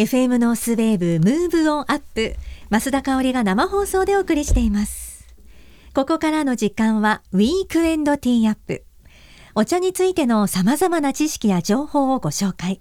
FM のスウェーブムーブオンアップ増田香織が生放送でお送りしていますここからの時間はウィークエンドティーアップお茶についての様々な知識や情報をご紹介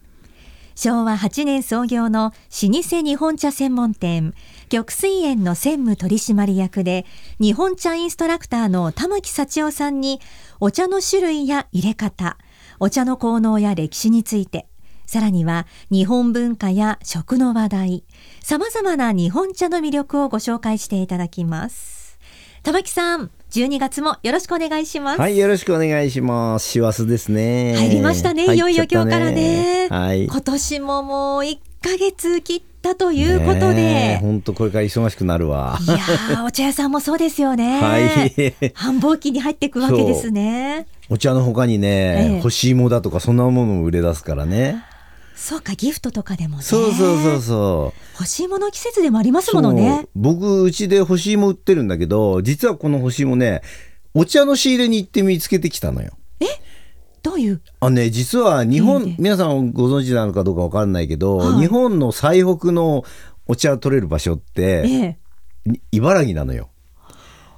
昭和8年創業の老舗日本茶専門店玉水園の専務取締役で日本茶インストラクターの玉木幸男さんにお茶の種類や入れ方お茶の効能や歴史についてさらには日本文化や食の話題、様々な日本茶の魅力をご紹介していただきます。玉木さん、12月もよろしくお願いします。はい、よろしくお願いします。師走ですね。入りましたね、いよいよ今日からね。はい。今年ももう1ヶ月切ったということで。本当これから忙しくなるわ。いやー、お茶屋さんもそうですよね。はい 繁忙期に入っていくわけですね。お茶の他にね、ええ干し芋だとかそんなものも売れ出すからね。そうか、ギフトとかでもね。そうそうそうそう。欲しいもの季節でもありますものそうね。僕うちで干し芋売ってるんだけど、実はこの干し芋ね、お茶の仕入れに行って見つけてきたのよ。どういうあのね、実は日本、ええ皆さんご存知なのかどうかわかんないけど、はい日本の最北のお茶を取れる場所って、ええ。に茨城なのよ。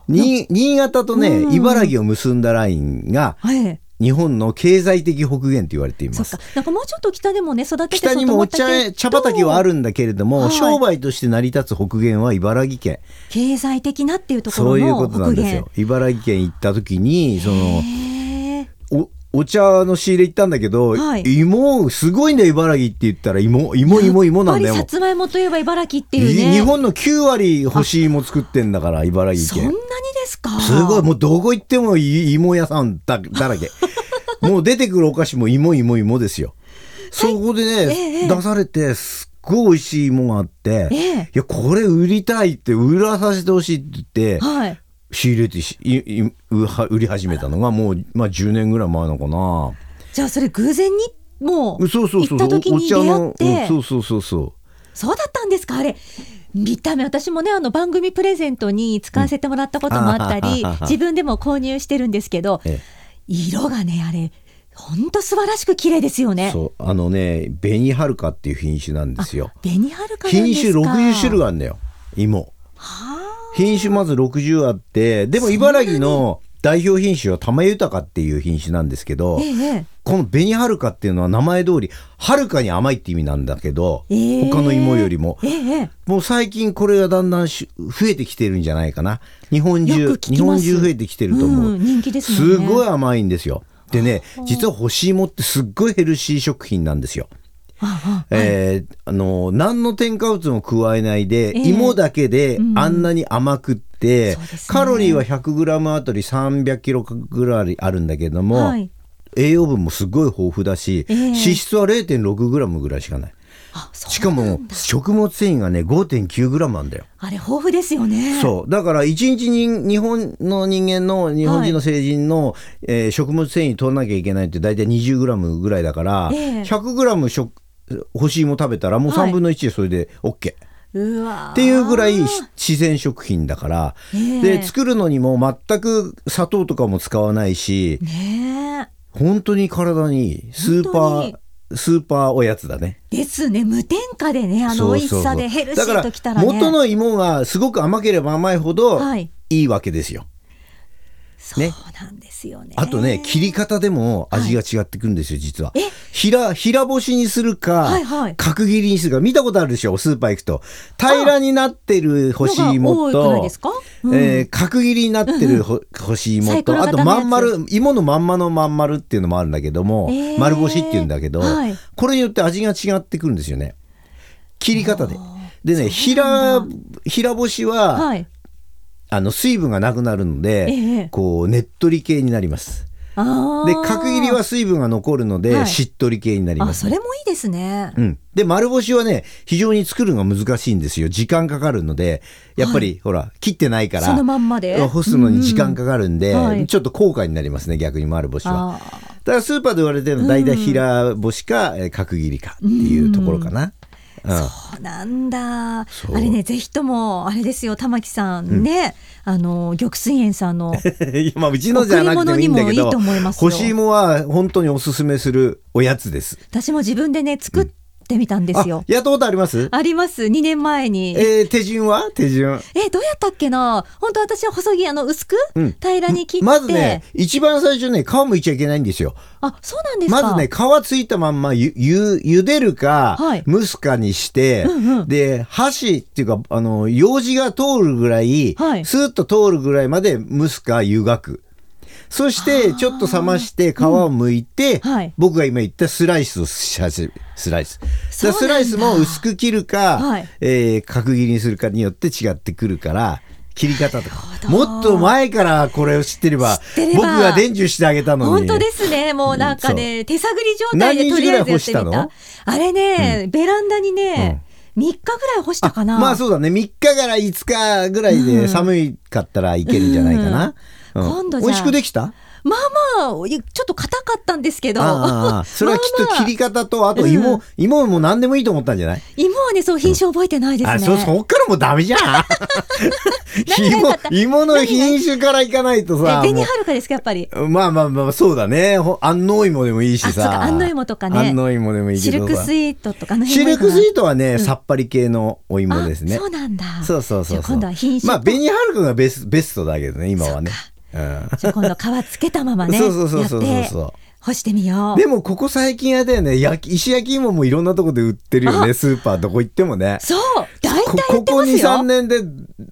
に新潟とうんね、茨城を結んだラインがはい。日本の経済的北限と言われていそまっかす。。なんかもうちょっと北でもね、育てて北にもお茶茶畑はある。るんだけれども、はい商売として成り立つ北限は茨城県。経済的なっていうとこそろういうのことな北んです限よ。。茨城県行った時に、その、へーおお茶の仕入れ行ったんだけど、はい芋、すごいんだよ、茨城って言ったら芋、芋、芋、芋なんだよ。やっぱりさつまいもといえば茨城っていうね。日本の9割干し芋作ってんだから、茨城そん県なに。ですか。すごい、もうどこ行ってもい芋屋さんだ だらけ。もう出てくるお菓子も芋芋芋ですよ。そこでね、ええ出されて、すっごい美味しい芋があって、ええいや、これ売りたいって、売らさせてほしいって言って、はい。仕入れてしいい売り始めたのが、もう、まあ、10年ぐらい前なのかな。じゃあそれ偶然にもうそうそうそ行うそったう、時に出会っうんてそ、うそうそうそう。そうだったんですかあれ。見た目私もねあの番組プレゼントに使わせてもらったこともあったり、うん自分でも購入してるんですけど、え色がねあれ本当素晴らしく綺麗ですよね。そう、あのね、紅はるかっていう品種なんですよ。紅はるかなんで品種すか60種類あるんだよ、芋。はあ品種まず60あってでも茨城の代表品種は玉豊っていう品種なんですけどええこの紅はるかっていうのは名前通りはるかに甘いって意味なんだけど、ええ他の芋よりもええもう最近これがだんだんし増えてきてるんじゃないかな日本よく中聞きます日本中増えてきてると思う、うん人気ですもんねすごい甘いんですよでね実は干し芋ってすっごいヘルシー食品なんですよああえーあの何の添加物も加えないで、ええ芋だけであんなに甘くって、そうですねカロリーは 100g あたり 300kg ぐらいあるんだけども、はい栄養分もすごい豊富だし、ええ脂質は 0.6g ぐらいしかないあそうしかも食物繊維がね 5.9g あんだよ、あれ豊富ですよねそうだから1日に日本の人間の日本人の成人の、えー食物繊維取らなきゃいけないって大体 20g ぐらいだから、ええ 100g 食干し芋食べたらもうはい3分の1でそれで OK、うわーっていうぐらいし自然食品だから、ええで作るのにも全く砂糖とかも使わないしね本当に体にいいスー本パ当にースーパーおやつだね。えですね無添加でねあのそう美味そうしそうさでヘルシーときたらだからね元の芋がすごく甘ければ甘いほどはいいいわけですよ。そうねなんですよねあとね、切り方でも味が違ってくるんですよ、実はえ。平、平干しにするか、はいはい角切りにするか、見たことあるでしょ、スーパー行くと。平らになってる干し芋のが多くないとですか、うんえー角切りになってるほ干しサ芋イコロと、あ型のとやつまん丸、芋のまんまのまん丸っていうのもあるんだけども、えー丸干しっていうんだけど、はいこれによって味が違ってくるんですよね。切り方で。でね、平、平干しは、はいあの水分がなくなるので、ええこうねっとり系になります。あーで角切りは水分が残るので、はいしっとり系になりまあす。それもいいですね、うん、で丸干しはね非常に作るのが難しいんですよ時間かかるのでやっぱり、ほら切ってないからそのまんまで干すのに時間かかるんで、うんはいちょっと高価になりますね逆に丸干しはあーだからスーパーで売られてるのは大体平干しか、えー角切りかっていうところかな、うんそうなんだ。あそうれね、ぜひとも、あれですよ、玉木さんね、あの、玉水園さん の、 いやまあうちのじゃなくてもいいんだけ贈り物にもいいどと思いますよ干し芋は本当におすすめするおやつです私も自分でね、作っってみたんですよ。あやったことありますあります2年前に。えー、手順は手順。えどうやったっけな本当私は細切りあの薄く、うん平らに切って、まずね、一番最初ね、皮むいちゃいけないんですよ。あそうなんですかまずね、皮ついたまんまゆ、ゆ、茹でるかはい、蒸すかにして、うんうんで、箸っていうか、あの、用紙が通るぐらい、はいスーッと通るぐらいまで蒸すか湯がく。そして、ちょっと冷まして、皮を剥いて、うんはい僕が今言ったスライスをし始め、スライス。だそうなんだスライスも薄く切るか、はいえー角切りにするかによって違ってくるから、切り方とかなる。ほどもっと前からこれを知ってれば、知ってれば僕が伝授してあげたのに。本当ですね。もうなんかね、手探り状態で何日とりあえずやってみぐらい干したた。あれね、ベランダにね、3日ぐらい干したかな。まあそうだね3日から5日ぐらいで寒かったらいけるんじゃないかな、うんうん今度じゃあ美味しくできたまあまあ、いやちょっと硬かったんですけど、 ああそれはきっと切り方とあとまあ芋、うん芋も何でもいいと思ったんじゃない芋はね、そう、品種覚えてないですね。あそうそっからもうダメじゃん 何が良かった芋芋の品種からいかないとさえ紅もはるかですか、やっぱり。うまあまあまあそうだねほ安納芋でもいいしあそうさか安納芋とかね安納芋でもいいシけルどクさスイートとかあのシ辺もいいルかなクスイートはね、さっぱり系のお芋ですねあそうなんだ。そうそうそじうそうゃあ今度は品種と。まあ紅はるかがベスベストだけどね今はねうんじゃあ今度皮つけたままね。 そうそうそうそうそうやって干してみよう。でもここ最近あれだよね焼き石焼き芋もいろんなとこで売ってるよねスーパーどこ行ってもねそう大こ体売こってこますよ23年で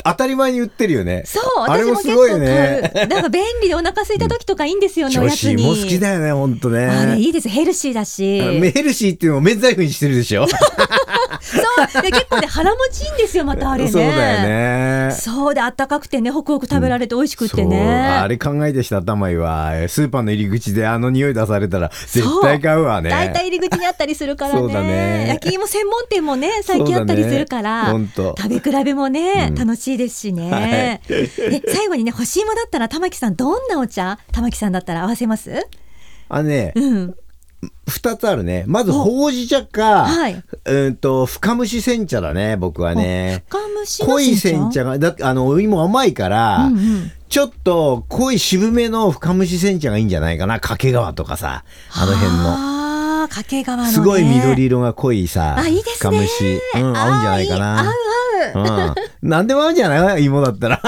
当たり前に売ってるよねそうあれ私もも結す構ごい買う、よねなんか便利でお腹空いた時とかいいんですよね、お女やつ子にも好きだよねほんとねあれいいですヘルシーだしメヘルシーっていうのを免罪符にしてるでしょそうで結構ね腹持ちいいんですよまたあれねそうだよねそうであったかくてねホクホク食べられて美味しくってね、そうあれ考えてした頭いわスーパーの入り口であの匂い出されたら絶対買うわね大体入り口にあったりするからそうねだね焼き芋専門店もね最近あったりするから、そうだねほんと食べ比べもね、楽しいですしね、で最後にね干し芋だったら玉木さんどんなお茶玉木さんだったら合わせますあのねうん二つあるねまずほうじ茶か、はいうーんと深蒸し煎茶だね僕はね深蒸しの濃い煎茶がだあのお芋甘いから、うんうんちょっと濃い渋めの深蒸し煎茶がいいんじゃないかな掛川とかさあの辺の。ああ、掛川の、ね。すごい緑。色が濃いさ、あ、いいです深ね。蒸し、うん、合うんじゃないかあーいいな。合う合う。うん、何でも合うんじゃない芋だったら。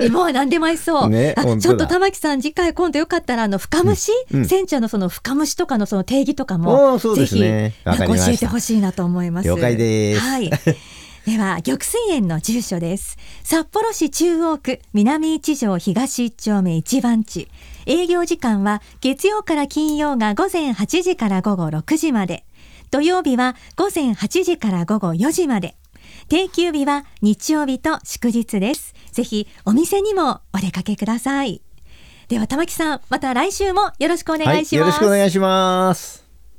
芋は何でも合いそう。ねあ本ち当だょっと玉木さん、次回今度よかったら、あの、深蒸し、うん煎茶のその深蒸しとかのその定義とかも、おーそうですねぜひ、なわかんりかました教えてほしいなと思います。了解ですはい。では、玉水園の住所です。札幌市中央区南一条東一丁目一番地。営業時間は月曜から金曜が午前8時から午後6時まで。土曜日は午前8時から午後4時まで。定休日は日曜日と祝日です。ぜひお店にもお出かけください。では玉木さん、また来週もよろしくお願いします。はい、よろしくお願いします。